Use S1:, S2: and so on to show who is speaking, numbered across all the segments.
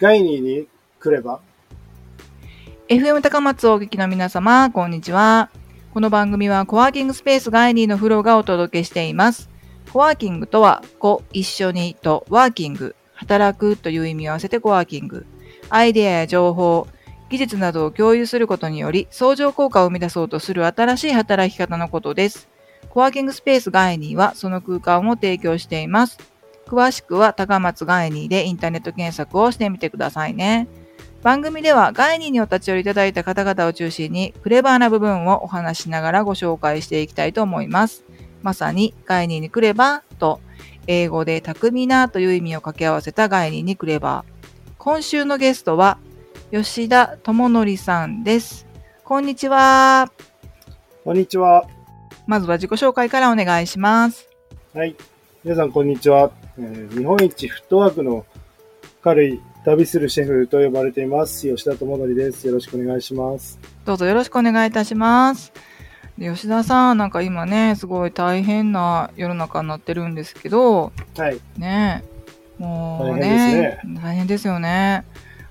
S1: ガイニーに来れば
S2: FM 高松をお聞きの皆様、こんにちは。この番組はコワーキングスペースガイニーのフローがお届けしています。コワーキングとは、こ、一緒にとワーキング、働くという意味を合わせてコワーキング。アイデアや情報、技術などを共有することにより、相乗効果を生み出そうとする新しい働き方のことです。コワーキングスペースガイニーはその空間を提供しています。詳しくは高松ガイニーでインターネット検索をしてみてくださいね。番組では外ににお立ち寄りいただいた方々を中心にクレバーな部分をお話ししながらご紹介していきたいと思います。まさに外ににクレバーと英語で巧みなという意味を掛け合わせた外ににクレバー。今週のゲストは吉田智則さんです。こんにちは。
S1: こんにちは。
S2: まずは自己紹介からお願いします。
S1: はい。皆さん、こんにちは。えー日本一フットワークの軽い旅するシェフと呼ばれています。吉田智則です。よろしくお願いします。
S2: どうぞよろしくお願いいたします。で吉田さん、なんか今ね、すごい大変な世の中になってるんですけど、
S1: はい。
S2: ねえもう
S1: 大変
S2: ね
S1: です
S2: 大変ですよね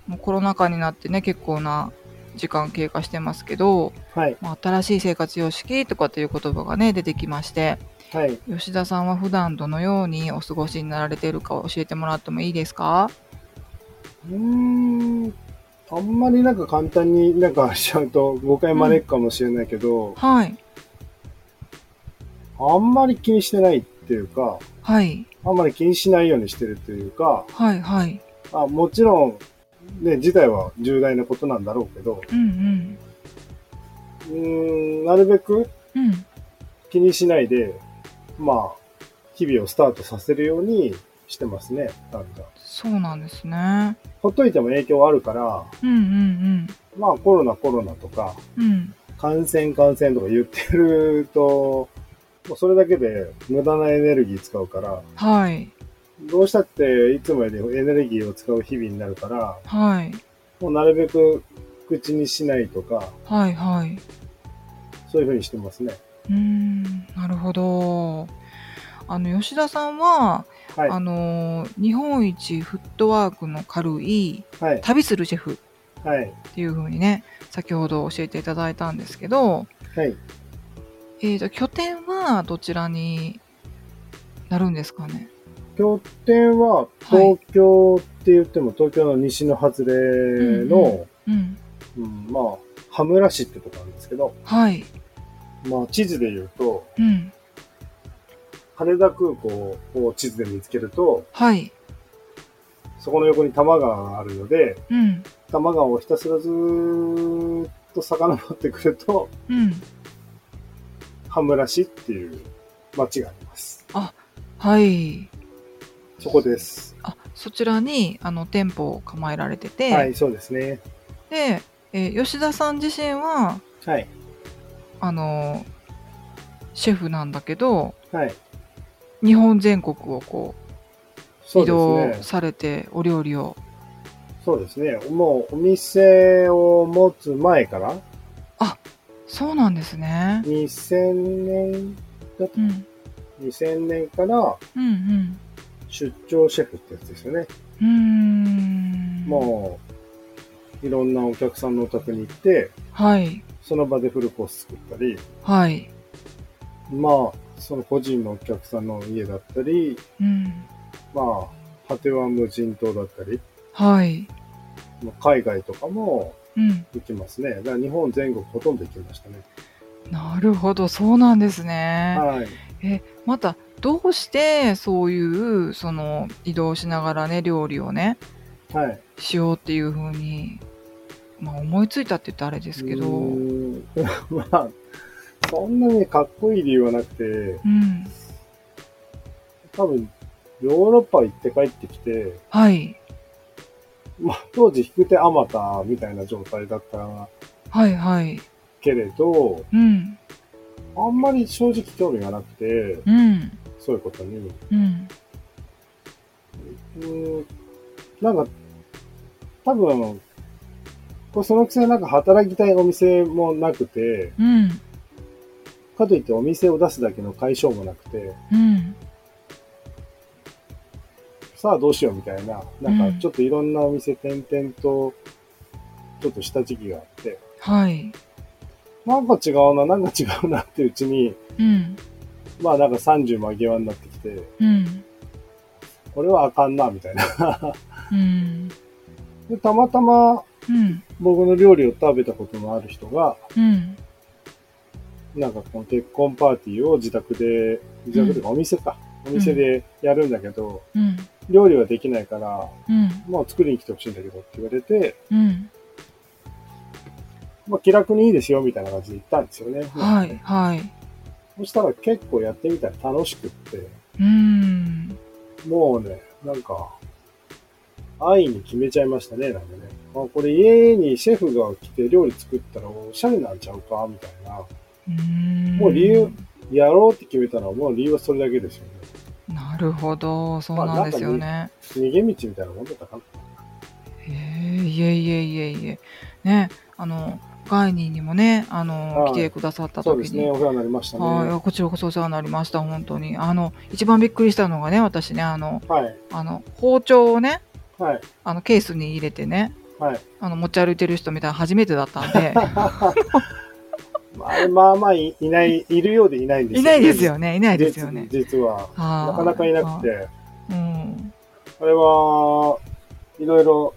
S2: もうコロナ禍になってね結構な時間経過してますけど、
S1: はい。
S2: まあ、新しい生活様式とかっていう言葉がね出てきまして
S1: はい。
S2: 吉田さんは普段どのようにお過ごしになられているか教えてもらってもいいですか
S1: うーん。あんまりなんか簡単になんかしちゃうと誤解招くかもしれないけど、
S2: はい
S1: あんまり気にしてないっていうか、
S2: はい
S1: あんまり気にしないようにしてるというか、
S2: はいはい
S1: あもちろん、ね、事態は重大なことなんだろうけど、
S2: うん
S1: うーん、なるべく
S2: うんうん
S1: 気にしないで、まあ、日々をスタートさせるようにしてますね、なんか。
S2: そうなんですね
S1: ほっといても影響はあるから、
S2: うんうん
S1: まあコロナコロナとか、
S2: うんうん
S1: 感染感染とか言ってると、もうそれだけで無駄なエネルギー使うから、
S2: はい
S1: どうしたっていつもよりエネルギーを使う日々になるから、
S2: はい
S1: もうなるべく口にしないとか、
S2: はいはい
S1: そういうふうにしてますね。
S2: うーんなるほど。あの吉田さんは、
S1: はい
S2: あのー日本一フットワークの軽い
S1: はい。
S2: 旅するシェフ
S1: はい。
S2: っていう風にね先ほど教えていただいたんですけど、
S1: はい。
S2: えー、と拠点はどちらになるんですかね
S1: 拠点は東京って言っても、東京の西の外れの、
S2: うんうん
S1: うんまあ、羽村市ってとこなんですけど、
S2: はい
S1: まあ、地図で言うと、
S2: うん
S1: 羽田空港を地図で見つけると、
S2: はい
S1: そこの横に多摩川があるので、
S2: うん
S1: 多摩川をひたすらずーっと遡ってくると、
S2: うん
S1: 羽村市っていう町があります。
S2: はい
S1: そこです。
S2: あそちらにあの店舗を構えられてて、
S1: はい、そうですね。
S2: で、えー吉田さん自身は
S1: はい。
S2: あのシェフなんだけど
S1: はい。
S2: 日本全国をこう
S1: そう
S2: 移動
S1: ですね。
S2: されてお料理を
S1: そうですね。もうお店を持つ前から、
S2: そうなんですね、
S1: 2000年だと、
S2: うん、
S1: 2000年から
S2: うん
S1: 出張シェフってやつですよね。
S2: うんうーん
S1: もう、いろんなお客さんのお宅に行って、
S2: はい
S1: その場でフルコース作ったり、
S2: はい
S1: まあ、その個人のお客さんの家だったり、
S2: うん
S1: まあ、果ては無人島だったり、
S2: はい
S1: まあ海外とかも
S2: うん
S1: 行きますね。だから日本全国ほとんど行きましたね。
S2: なるほどそうなんですね、
S1: はい。
S2: またどうしてそういうその移動しながらね料理をね
S1: はい。
S2: しようっていう風にまあ思いついたって言ったらあれですけど
S1: うーん まあ、そんなにかっこいい理由はなくて、
S2: うん
S1: 多分、ヨーロッパ行って帰ってきて、
S2: はい
S1: まあ、当時引く手あまたみたいな状態だった
S2: はいはい
S1: けれど、
S2: うん
S1: あんまり正直興味がなくて、
S2: うん
S1: そういうことに。
S2: うん
S1: うーん、なんか、多分、これそのくせなんか働きたいお店もなくて、
S2: うん
S1: かといってお店を出すだけの解消もなくて、
S2: うん
S1: さあどうしようみたいな、なん
S2: うん
S1: かちょっといろんなお店点々と、ちょっとした時期があって、
S2: はい。
S1: なんか違うな、なんか違うなっていううちに、
S2: うん。
S1: まあなんか30間際になってきて、
S2: うん。
S1: これはあかんな、みたいな。
S2: うん。
S1: で、たまたま
S2: うん。
S1: 僕の料理を食べたことのある人が、
S2: うん。
S1: なんかこの結婚パーティーを自宅で、自宅というかお店か、お店でやるんだけど、
S2: うん。
S1: 料理はできないから、
S2: うん。
S1: まあ作りに来てほしいんだけどって言われて、
S2: うん。
S1: まあ気楽にいいですよみたいな感じで行ったんですよね。
S2: はい。はい。
S1: そしたら結構やってみたら楽しくって、
S2: うん。
S1: もうね、なんか、安易に決めちゃいましたね、なんかね。あ、これ家にシェフが来て料理作ったらおしゃれなんちゃうかみたいな。
S2: うん
S1: もう理由。やろうって決めたのはもう理由はそれだけですよね。
S2: なるほど。そうなんですよね。
S1: 逃げ道みたいなもんだったかな。
S2: へえいえいえいえいえ。ね、あの、ガイニーにもね、あの、
S1: はい
S2: 来てくださった
S1: そう
S2: 時
S1: です
S2: に
S1: ね、。お世話になりましたね。
S2: はい、こちらこそお世話になりました、本当に。あの、一番びっくりしたのがね、私ね、あの、
S1: はい、
S2: あの、包丁をね、
S1: はい、
S2: あの、ケースに入れてね、
S1: はい。
S2: あの、持ち歩いてる人見たら初めてだったんで、
S1: まあ、まあまあいいない、いるようでいないんです
S2: いないですよね、いないですよね。
S1: 実実は。
S2: な
S1: なかなかいなく。て、
S2: うん。
S1: あれはいろいろ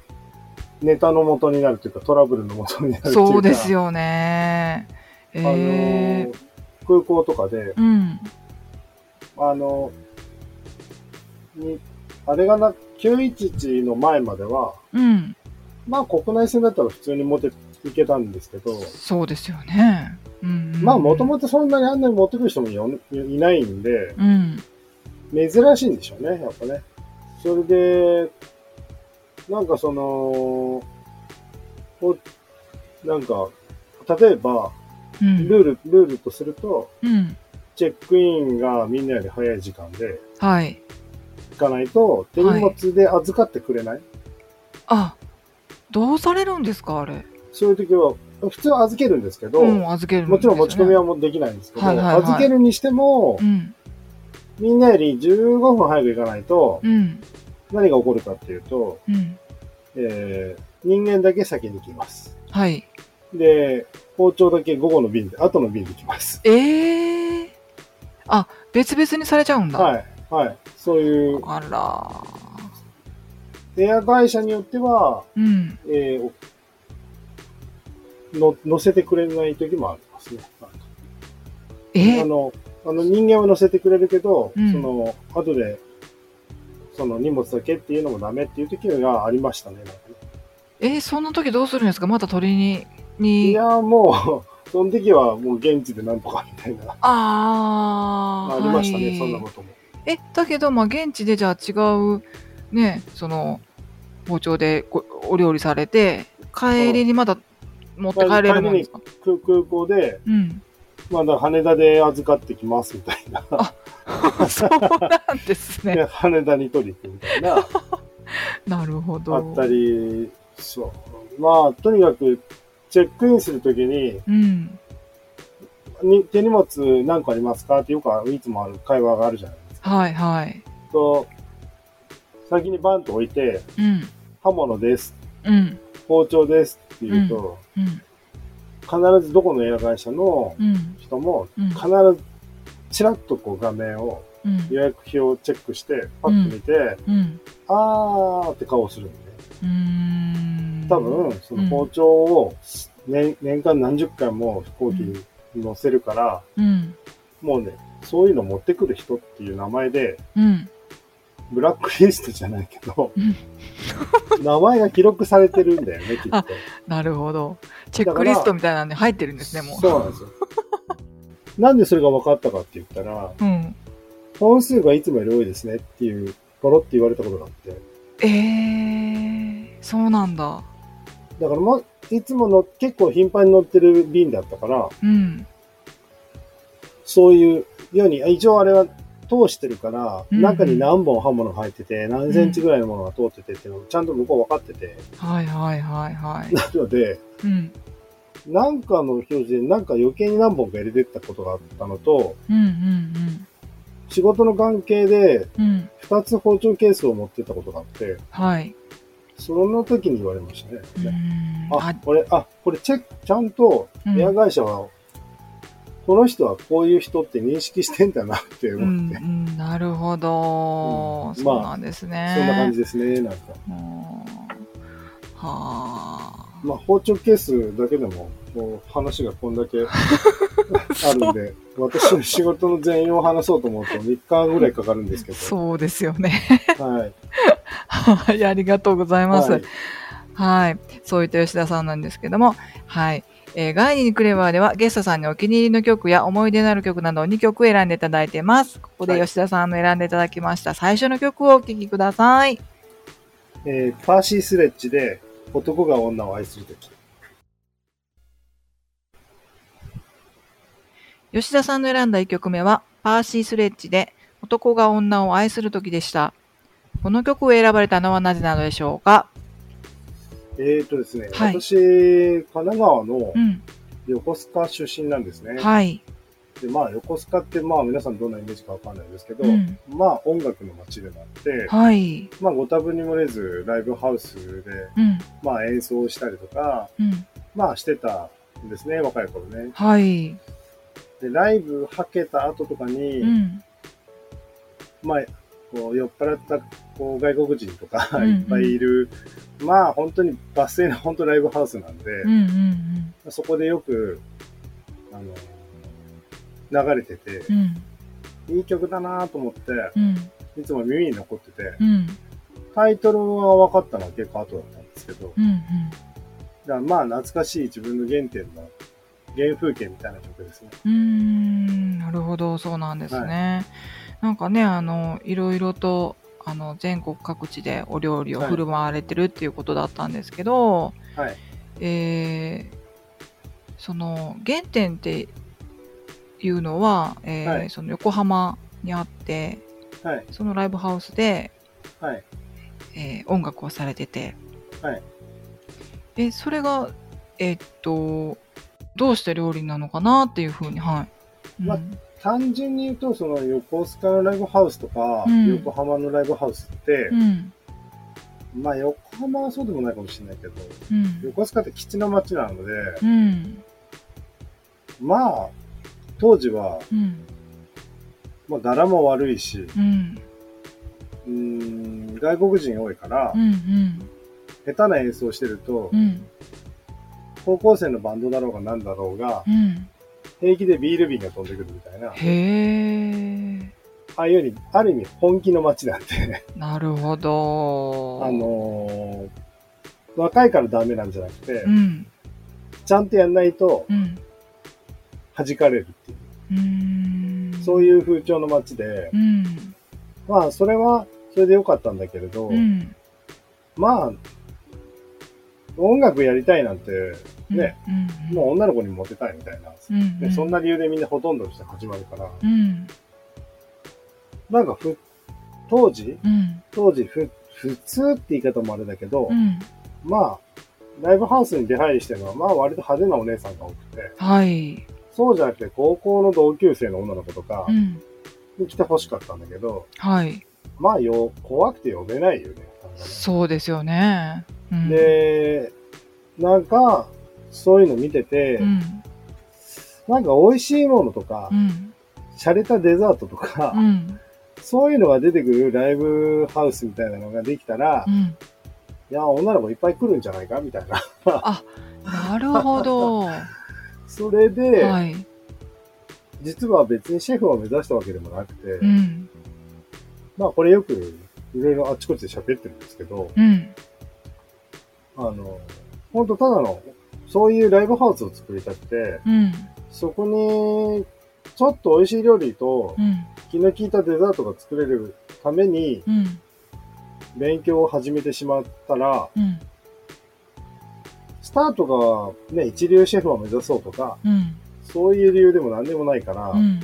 S1: ネタの元になるというか、トラブルの元になるというか、
S2: そうですよね。え
S1: あの
S2: ー、
S1: 空港とかで、
S2: うん。
S1: あのにあれがな、911の前までは、
S2: うん。
S1: まあ国内線だったら普通に持っていけたんですけど、
S2: そうですよね。うん。
S1: まあもと
S2: と。
S1: もとそんなにあんなに持ってくる人もよいないんで、
S2: うん。
S1: 珍しいんでしょうね、やっぱね。それで、なんかその、おなんか、例えば、
S2: うん。
S1: ルール、ルールとすると、
S2: うん。
S1: チェックインがみんなより早い時間で
S2: はい。
S1: 行かないと、手荷物で預かってくれない、
S2: あ、どうされるんですか、あれ。
S1: そういう時は、普通は預けるんですけど、
S2: うん、預ける
S1: もちろん持ち込み
S2: は。
S1: はもうできないんですけど、
S2: はいはいはい
S1: 預けるにしても
S2: う、ん。
S1: みんなより15分早く行かないと、
S2: うん。
S1: 何が起こるかっていうと、
S2: うん。
S1: えー人間だけ先に来ます。
S2: はい。
S1: で、包丁だけ午後の便で、後の便で来ます。
S2: ええあ、別々にされちゃうんだ。
S1: はい。はい。そういう、
S2: あら。
S1: エア会社によっては、
S2: うん。
S1: えーの、乗せてくれない時もありますね。
S2: え
S1: あの、あの人間は乗せてくれるけど、
S2: うん
S1: その、後で、その荷物だけっていうのもダメっていう時がありましたね。なんかね
S2: えそんな時どうするんですかまた鳥に、
S1: い
S2: に、あ
S1: や、もう、 その時はもう現地でなんとかみたいな、
S2: あ
S1: あ
S2: ー
S1: りましたね、
S2: はい
S1: そんなことも。
S2: え、だけど、まあ、現地でじゃあ違う、ね、その、包丁でごお料理されて、帰りにまだ持って帰れるもんですか
S1: 空空港で、
S2: うん。
S1: まあ、だから羽田で預かってきますみたいな。
S2: そうなんですね。
S1: で羽田に取り行くみたいな、あ
S2: なるほど。
S1: ったり、そう。まあ、とにかく、チェックインするときに
S2: うん。
S1: に、手荷物何個ありますかってよくあるいつもある会話があるじゃないですか。
S2: はいはい。
S1: と、先にバンと置いて、
S2: うん。
S1: 刃物です、
S2: うん。
S1: 包丁ですって言うと、
S2: うん。
S1: 必ずどこのエア会社の
S2: うん。
S1: 人も、
S2: うん。
S1: 必ず、ちらっとこう画面を、
S2: うん
S1: 予約表をチェックして、パッと見て、
S2: うん。
S1: あーって顔をするんで、
S2: うーん
S1: 多分、その包丁を年年間何十回も飛行機に乗せるから、
S2: うん。
S1: もうね、そういうの持ってくる人っていう名前で、
S2: うん。
S1: ブラックリストじゃないけど
S2: うん、
S1: 名前が記録されてるんだよね、きっ
S2: あ
S1: と。
S2: なるほど。チェックリストみたいなんで入ってるんですね、も
S1: そうなんですよ。なんでそれが分かったかって言ったら、
S2: う。うん。
S1: 本数がいつもより多いですねっていう、ポロって言われたことがあって。
S2: えー、そうなんだ。
S1: だから、ま、いつもの結構頻繁に乗ってる便だったから、
S2: うん。
S1: そういうように、一応あれは通してるから、
S2: うん
S1: 中に何本刃物が入ってて、何センチぐらいのものが通っててっていうのをちゃんと向こう分かってて、
S2: はいはいはいはい。
S1: なので、
S2: うん。
S1: なんかの表示でなんか余計に何本か入れてったことがあったのと、
S2: うんうん
S1: 仕事の関係で、
S2: うん。
S1: 二つ包丁ケースを持ってったことがあって、
S2: はい。
S1: その時に言われましたね。
S2: うーん
S1: あ、これ、あ、これチェック、ちゃんと、
S2: うん
S1: エア会社は、この人はこういう人って認識してんだなって
S2: う
S1: 思っ
S2: ん、
S1: て、
S2: うんなるほど、
S1: うん
S2: そうなんですね。
S1: そんな感じですね、なんか。
S2: うんはあ。
S1: まあ、包丁ケースだけでも、もう話がこん だけあるんで、私の仕事の全容を話そうと思うと3日ぐらいかかるんですけど、
S2: そうですよね。
S1: はい。
S2: はい、ありがとうございます。
S1: は
S2: はい
S1: い、、
S2: そういった吉田さんなんですけども、はい。えー、ガイニにクレバーではゲストさんにお気に入りの曲や思い出のある曲など2曲選んでいただいてます。ここで吉田さんの選んでいただきました最初の曲をお聴きください。
S1: えーパーシー・スレッジで男が女を愛するとき。
S2: 吉田さんの選んだ1曲目は、パーシー・スレッジで、男が女を愛する時でした。この曲を選ばれたのはなぜなのでしょうか
S1: えっ、とですね、
S2: はい
S1: 私、神奈川の
S2: うん。
S1: 横須賀出身なんですね。
S2: はい。
S1: で、まあ、横須賀って、まあ、皆さんどんなイメージかわかんないですけど、
S2: うん。
S1: まあ、音楽の街でもあって、
S2: はい。
S1: まあ、ご多分に漏れず、ライブハウスで、
S2: うん。
S1: まあ、演奏したりとか、
S2: うん。
S1: まあ、してたんですね、若い頃ね。
S2: はい。
S1: で、ライブはけた後とかに、
S2: うん。
S1: まあ、こう酔っ払ったこう外国人とか
S2: うんうん
S1: いっぱいいる、まあ、本当にバス停の本当ライブハウスなんで、
S2: うん。うん。
S1: そこでよく、あの、流れてて、
S2: うん。
S1: いい曲だなと思って、
S2: うん。
S1: いつも耳に残ってて、
S2: うん。
S1: タイトルは分かったのは結構後だったんですけど、
S2: うん。う
S1: だ
S2: ん。
S1: からまあ懐かしい自分の原点の原風景みたいな曲ですね。
S2: うーんなるほど、そうなんですね。なんかね、あの、いろいろと、あの、全国各地でお料理を
S1: はい
S2: 振る舞われてるっていうことだったんですけど、
S1: はい。
S2: えーその、原点っていうのは、えー
S1: はい
S2: その横浜にあって、
S1: はい。
S2: そのライブハウスで、
S1: はい。
S2: えー音楽をされてて、
S1: はい
S2: え、それが、えっと、どうして料理なのかなっていうふうに、はい。
S1: ま
S2: うん
S1: 単純に言うと、その横須賀のライブハウスとか、
S2: うん
S1: 横浜のライブハウスって、
S2: うん
S1: まあ横浜はそうでもないかもしれないけど、
S2: うん
S1: 横須賀って基地の街なので、
S2: うん
S1: まあ、当時は、
S2: うん
S1: まあ柄も悪いし、
S2: うん
S1: うーん、外国人多いから
S2: う、ん
S1: 下手な演奏してると
S2: う、ん
S1: 高校生のバンドだろうが何だろうが、
S2: うん
S1: 平気でビール瓶が飛んでくるみたいな、
S2: へえ
S1: ああいうより、ある意味本気の街なんで、
S2: なるほ
S1: あ
S2: ど
S1: のー若いからダメなんじゃなくて、
S2: うん
S1: ちゃんとやんないと
S2: うん
S1: 弾かれるっていう、
S2: うん
S1: そういう風潮の街で、
S2: うん
S1: まあ、それは、それで良かったんだけれど、
S2: うん
S1: まあ、音楽やりたいなんて、ね
S2: うん
S1: もう女の子にモテたいみたいな、
S2: うん
S1: でそんな理由でみんなほとんどの人が始まるから、
S2: うん
S1: なんかふ、当時、
S2: うん
S1: 当時ふ、普通って言い方もあれだけど、
S2: うん
S1: まあ、ライブハウスに出入りしてるのは、まあ割と派手なお姉さんが多くて、
S2: はい
S1: そうじゃなくて高校の同級生の女の子とか
S2: うん
S1: に来て欲しかったんだけど、
S2: はい
S1: まあよ、怖くて呼べないよね。あんま
S2: そうですよねうん
S1: りで、なんか、そういうの見てて、
S2: うん
S1: なんか美味しいものとか
S2: う、ん
S1: 洒落たデザートとか、
S2: うん
S1: そういうのが出てくるライブハウスみたいなのができたら、
S2: う
S1: い
S2: ん
S1: や、女の子いっぱい来るんじゃないかみたいな。
S2: なるほどは
S1: それで、
S2: い
S1: 実は別にシェフを目指したわけでもなくて、
S2: うん
S1: まあこれよくいろいろあちこちで喋ってるんですけど、
S2: うん
S1: あの、ほんとただの、そういうライブハウスを作りたくて、
S2: うん
S1: そこに、ちょっと美味しい料理と
S2: うん
S1: 気の利いたデザートが作れるために
S2: うん
S1: 勉強を始めてしまったら、
S2: うん
S1: スタートがね、一流シェフを目指そうとか、
S2: うん
S1: そういう理由でも何でもないから、
S2: うん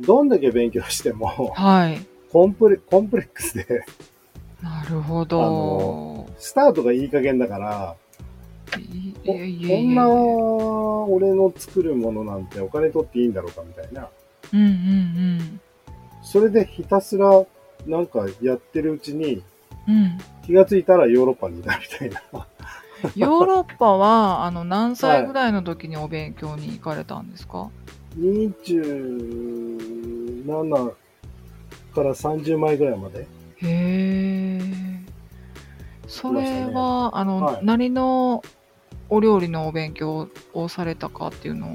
S1: どんだけ勉強しても、
S2: はい。
S1: コンプレ、コンプレックスで、
S2: なるほ
S1: あ
S2: ど
S1: の。スタートがいい加減だから、
S2: い
S1: こ
S2: いえいえいえ
S1: こんな俺の作るものなんてお金取っていいんだろうかみたいな。
S2: うんうん
S1: それでひたすらなんかやってるうちに、
S2: うん、
S1: 気がついたらヨーロッパにいたみたいな。
S2: ヨーロッパはあの何歳ぐらいの時にお勉強に行かれたんですか、
S1: 27から30枚ぐらいまで。
S2: へえそ
S1: 行きま
S2: れ
S1: したね
S2: は、あの、
S1: はい
S2: 何のお料理のお勉強をされたかっていうのを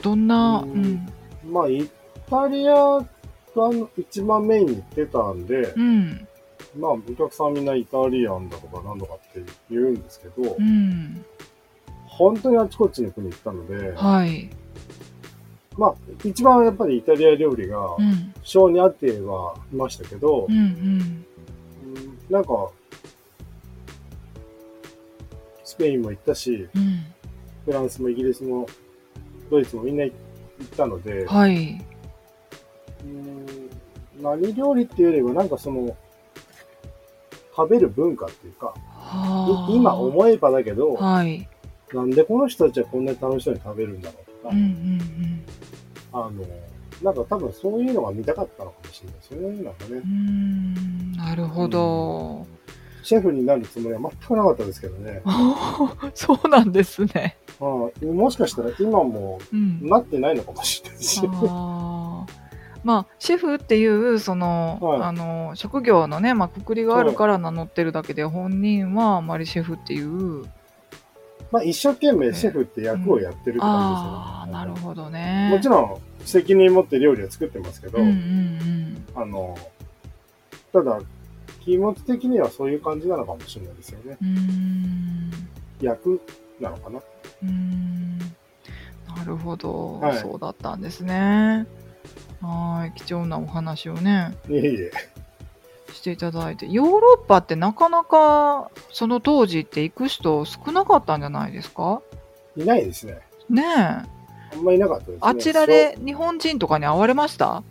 S2: どんなう
S1: うん
S2: ん
S1: まあ、イタリアが一番メインに行ってたんで、
S2: うん
S1: まあ、お客さんみんなイタリアンだとかなんとかって言うんですけど、
S2: うん
S1: 本当にあちこちの国行ったので、
S2: はい
S1: まあ、一番やっぱりイタリア料理が
S2: うん
S1: 性に合ってはいましたけど
S2: うんう、ん
S1: うんなんか、スペインも行ったし、
S2: うん
S1: フランスもイギリスもドイツもみんな行ったので、
S2: はい
S1: うん何料理っていうよりはなんかその、食べる文化っていうか、い
S2: はあ
S1: 今思えばだけど、
S2: はい
S1: なんでこの人たちはこんなに楽しそうに食べるんだろうとか
S2: うんう、ん
S1: あの、なんか多分そういうのが見たかったのかもしれないですよね、なんかね
S2: うんう。んなるほど、
S1: シェフになるつもりは全くなかったですけどね。
S2: そうなんですね
S1: うん、もしかしたら今も
S2: うん
S1: なってないのかもしれないし。
S2: あーまあシェフっていうその,、
S1: はい
S2: あの職業のね、まあ、くくりがあるから名乗ってるだけで本人はあまりシェフっていう
S1: まあ一生懸命シェフって役をやってるって
S2: あ
S1: 感
S2: あ
S1: じですよね。
S2: なるほどね
S1: もちろん責任持って料理は作ってますけど、
S2: うんうん
S1: あの、ただ、気持ち的にはそういう感じなのかもしれないですよね。
S2: うんうーん
S1: 役なのかな。
S2: うーんなるほど、
S1: はい
S2: そうだったんですねはい貴重なお話をね
S1: いえいえ。
S2: していただいてヨーロッパってなかなかその当時って行く人少なかったんじゃないですか
S1: いないですね。
S2: ねえ
S1: あんまりいなかったですね。
S2: あちらで日本人とかに会われました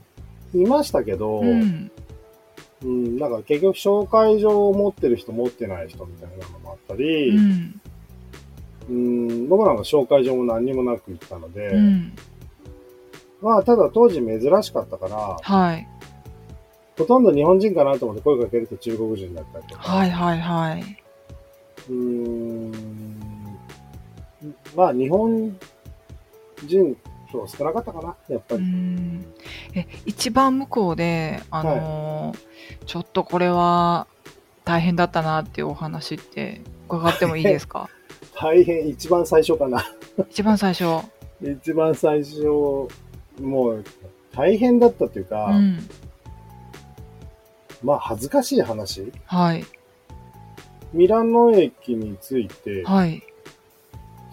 S1: そう。いましたけど、
S2: うん。
S1: うん、なんか結局紹介状を持ってる人持ってない人みたいなのもあった
S2: う
S1: り、
S2: ん。
S1: うん、僕なんか紹介状も何にもなく行ったので、
S2: うん。
S1: まあただ当時珍しかったから、
S2: はい。
S1: ほとんど日本人かなと思って声かけると中国人だったりとか、
S2: はいはいはい。
S1: うん、まあ日本人と少なかったかな、やっぱ
S2: う
S1: り。
S2: ん。え、一番向こうで、あのーちょっとこれは大変だったなっていうお話って伺ってもいいで すか
S1: 大変、一番最初かな。
S2: 一番最初。
S1: 一番最初、もう大変だったっていうか、
S2: うん。
S1: まあ恥ずかしい話。
S2: はい。
S1: ミラノ駅に着いて、
S2: はい。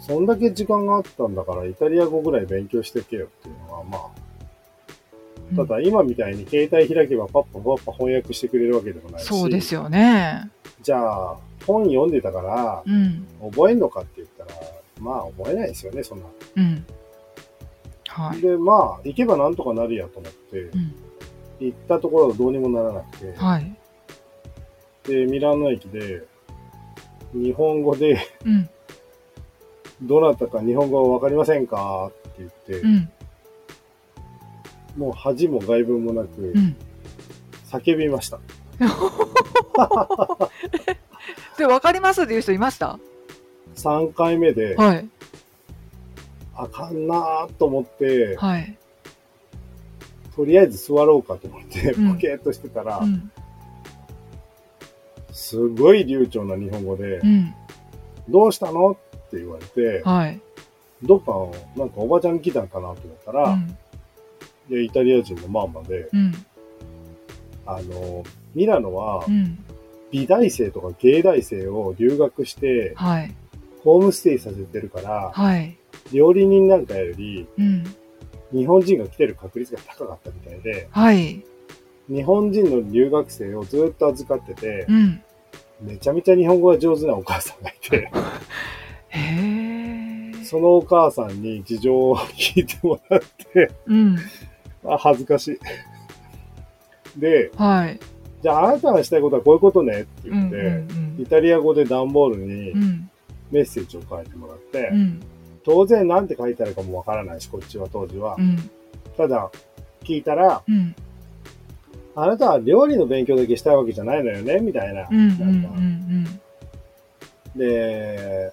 S1: そんだけ時間があったんだから、イタリア語ぐらい勉強してけよっていうのは、まあ、ただ今みたいに携帯開けばパッパパッパ翻訳してくれるわけでもないし、
S2: そうですよね。
S1: じゃあ、本読んでたから、
S2: うん。
S1: 覚えんのかって言ったら、まあ、覚えないですよね、そんな。
S2: うん。はい。
S1: で、まあ、行けばなんとかなるやと思って
S2: う、ん。
S1: 行ったところがどうにもならなくて、
S2: はい。
S1: で、ミラノ駅で、日本語で、
S2: うん。
S1: どなたか日本語はわかりませんかって言って、
S2: うん。
S1: もう恥も外文もなく
S2: う、ん。
S1: 叫びました。
S2: で、わかりますっていう人いました
S1: 3回目で、
S2: はい。
S1: あかんなーと思って、
S2: はい。
S1: とりあえず座ろうかと思って、
S2: うん
S1: ポケーっとしてたら、
S2: うん。
S1: すごい流暢な日本語で、
S2: うん。
S1: どうしたのって言われて、
S2: はい。
S1: どっかの、なんかおばちゃん来たんかなと思ったら、
S2: うん
S1: いやイタリア人のママで、
S2: うん
S1: あの、ミラノは
S2: う、ん
S1: 美大生とか芸大生を留学して、
S2: はい
S1: ホームステイさせてるから、
S2: はい
S1: 料理人なんかより、
S2: うん
S1: 日本人が来てる確率が高かったみたいで、
S2: はい
S1: 日本人の留学生をずっと預かってて、
S2: うん
S1: めちゃめちゃ日本語が上手なお母さんがい て、
S2: へえ
S1: そのお母さんに事情を聞いてもらって、
S2: うん
S1: あ、恥ずかしい。で、
S2: はい
S1: じゃああなたがしたいことはこういうことねって
S2: う
S1: 言っ
S2: ん
S1: て、
S2: うん
S1: イタリア語で段ボールに
S2: うん
S1: メッセージを書いてもらって、
S2: うん
S1: 当然なんて書いてあるかもわからないし、こっちは当時は。
S2: うん
S1: ただ、聞いたら、
S2: うん
S1: あなたは料理の勉強だけしたいわけじゃないのよね、みたいな。
S2: うんうん
S1: なんかで、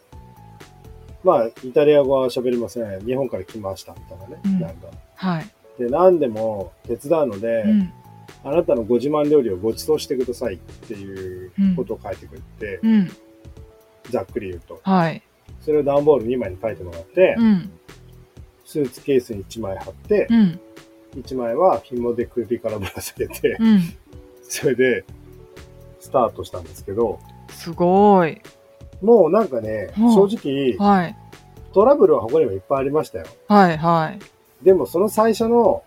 S1: まあ、イタリア語は喋りません。日本から来ました、みたいなね。
S2: うん
S1: なんか。
S2: はい。
S1: で、何でも手伝うので、
S2: うん
S1: あなたのご自慢料理をご馳走してくださいっていうことを書いてくれて、
S2: うん
S1: ざっくり言うと。
S2: はい。
S1: それを段ボール2枚に書いてもらって、
S2: うん
S1: スーツケースに1枚貼って、
S2: うん
S1: 1枚は紐で首からぶら下げて、
S2: うん。
S1: それで、スタートしたんですけど、
S2: すごい。
S1: もうなんかね、
S2: うん
S1: 正直、
S2: はい
S1: トラブルは他にもいっぱいありましたよ。
S2: はいはい。
S1: でもその最初の、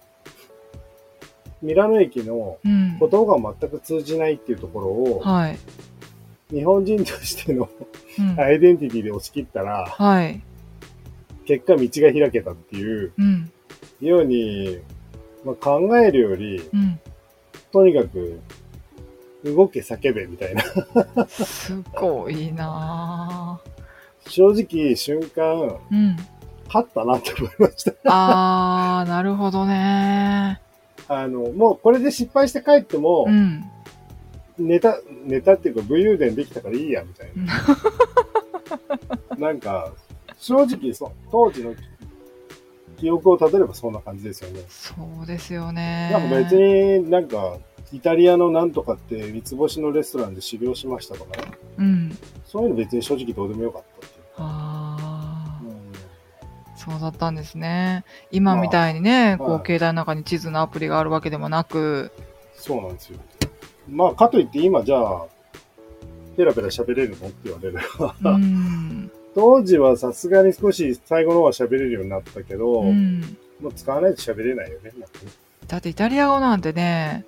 S1: ミラノ駅の
S2: うん
S1: 言葉が全く通じないっていうところを、
S2: はい。
S1: 日本人としての
S2: うん
S1: アイデンティティで押し切ったら、
S2: はい。
S1: 結果道が開けたっていう
S2: うん
S1: ように、まあ、考えるより、
S2: うん。
S1: とにかく、動け叫べみたいな。
S2: すごいなぁ。
S1: 正直、瞬間、
S2: うん。
S1: 勝ったなって思いました。
S2: あー、なるほどね。
S1: あの、もうこれで失敗して帰っても、
S2: うん。
S1: ネタ、ネタっていうか武勇伝できたからいいや、みたいな。なんか、正直そう、当時の記憶をたどればそんな感じですよね。
S2: そうですよね。
S1: なんか別になんか、イタリアのなんとかって三つ星のレストランで修行しましたとか、ね、
S2: うん。
S1: そういうの別に正直どうでもよかったっていう
S2: あー、
S1: うん
S2: そうだったんですね。今みたいにね、こう、携帯の中に地図のアプリがあるわけでも なく、
S1: そうなんですよ。まあ、かといって今じゃあ、ペラペラ喋れるのって言われる。
S2: うん。
S1: 当時はさすがに少し最後の方は喋れるようになったけど、
S2: うん。
S1: もう使わないと喋れないよね。なんかね
S2: だってイタリア語なんてね、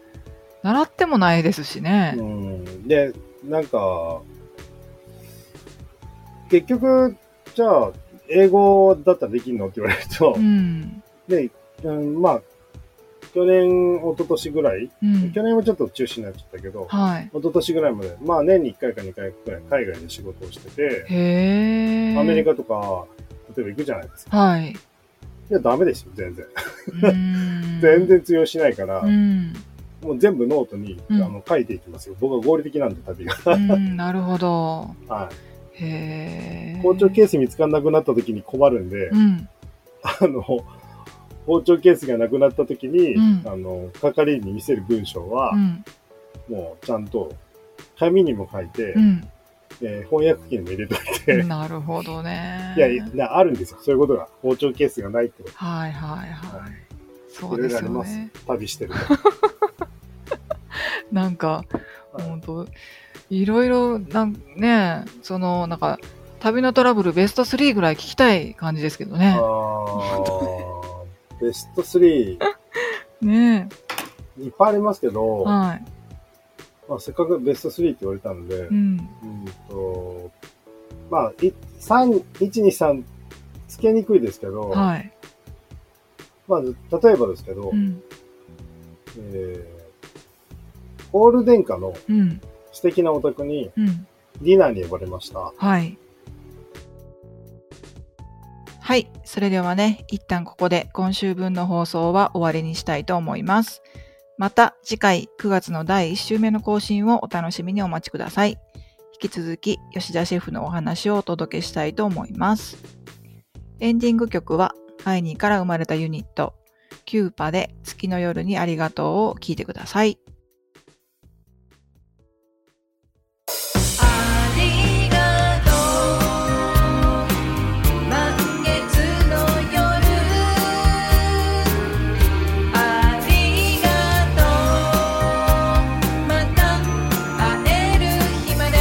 S2: 習ってもないですしね。
S1: うんで、なんか、結局、じゃあ、英語だったらできんのって言われると、
S2: うん。
S1: で、うん、まあ、去年、一昨年ぐらい、
S2: うん。
S1: 去年はちょっと中止になっちゃったけど、
S2: はい。
S1: 一昨年ぐらいまで、まあ年に1回か2回くらい海外で仕事をしてて、
S2: へえ。
S1: アメリカとか、例えば行くじゃないですか。
S2: はい。
S1: いや、ダメでしょ、全然。
S2: 全
S1: 全。然通用しないから、
S2: うん。
S1: もう全部ノートに、
S2: うん
S1: あの書いていきますよ。僕は合理的なんで、旅が。
S2: うん、なるほど。
S1: はい。
S2: へえ。
S1: 包丁ケース見つかんなくなった時に困るんで、
S2: うん。
S1: あの、包丁ケースがなくなった時に、
S2: うん
S1: あの、係員に見せる文章は
S2: う、ん。
S1: もうちゃんと、紙にも書いて、
S2: う
S1: えー翻訳機にも入れといて、
S2: ん。なるほどね。
S1: いやいや、なあるんですよ。そういうことが。包丁ケースがないってこと。
S2: はいはい
S1: は
S2: はいい。
S1: い
S2: そう
S1: ろ
S2: で
S1: いろあ
S2: す
S1: り
S2: よ
S1: ます
S2: ね。。
S1: 旅してる。
S2: なんか、
S1: はい
S2: 本当いろいろ、なんね、その、なんか、旅のトラブルベスト3ぐらい聞きたい感じですけどね。
S1: あーベスト3、い
S2: ね
S1: っぱいありますけど、
S2: はい。
S1: まあ、せっかくベスト3って言われたので、う、
S2: うんん。
S1: と、まあ、い三1、2、3、つけにくいですけど、
S2: はい。
S1: まあ、例えばですけど、
S2: うん。
S1: えー、オール殿下の
S2: うん。
S1: 素敵なお宅に
S2: うん。
S1: ディナーに呼ばれました。
S2: はい。はい。それではね、一旦ここで今週分の放送は終わりにしたいと思います。また次回9月の第1週目の更新をお楽しみにお待ちください。引き続き吉田シェフのお話をお届けしたいと思います。エンディング曲はアイニーから生まれたユニット、キューパで月の夜にありがとうを聴いてください。
S3: ありがとう満月の夜ありがとうまた会える日まで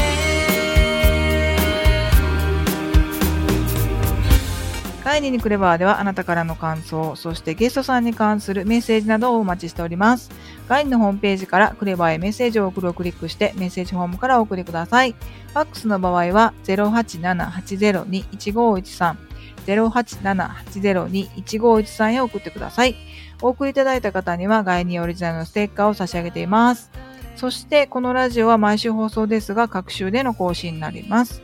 S2: ガイニーにクレバーではあなたからの感想、そしてゲストさんに関するメッセージなどをお待ちしております。ガイニーのホームページからクレバーへメッセージを送るをクリックしてメッセージフォームからお送りください。ファックスの場合は087802151308780215113 087-802-1513へ送ってください。お送りいただいた方にはガイニーオリジナルのステッカーを差し上げています。そしてこのラジオは毎週放送ですが各週での更新になります。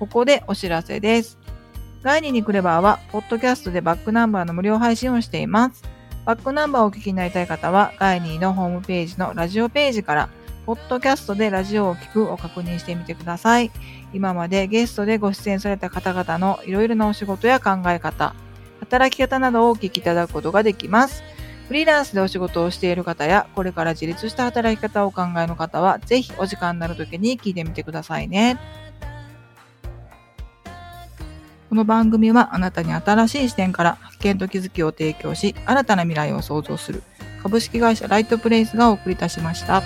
S2: ここでお知らせです。ガイニーにクレバーは、ポッドキャストでバックナンバーの無料配信をしています。バックナンバーをお聞きになりたい方は、ガイニーのホームページのラジオページから、ポッドキャストでラジオを聞くを確認してみてください。今までゲストでご出演された方々のいろいろなお仕事や考え方、働き方などをお聞きいただくことができます。フリーランスでお仕事をしている方や、これから自立した働き方をお考えの方は、ぜひお時間になる時に聞いてみてくださいね。この番組はあなたに新しい視点から発見と気づきを提供し、新たな未来を創造する株式会社ライトプレイスがお送りいたしました。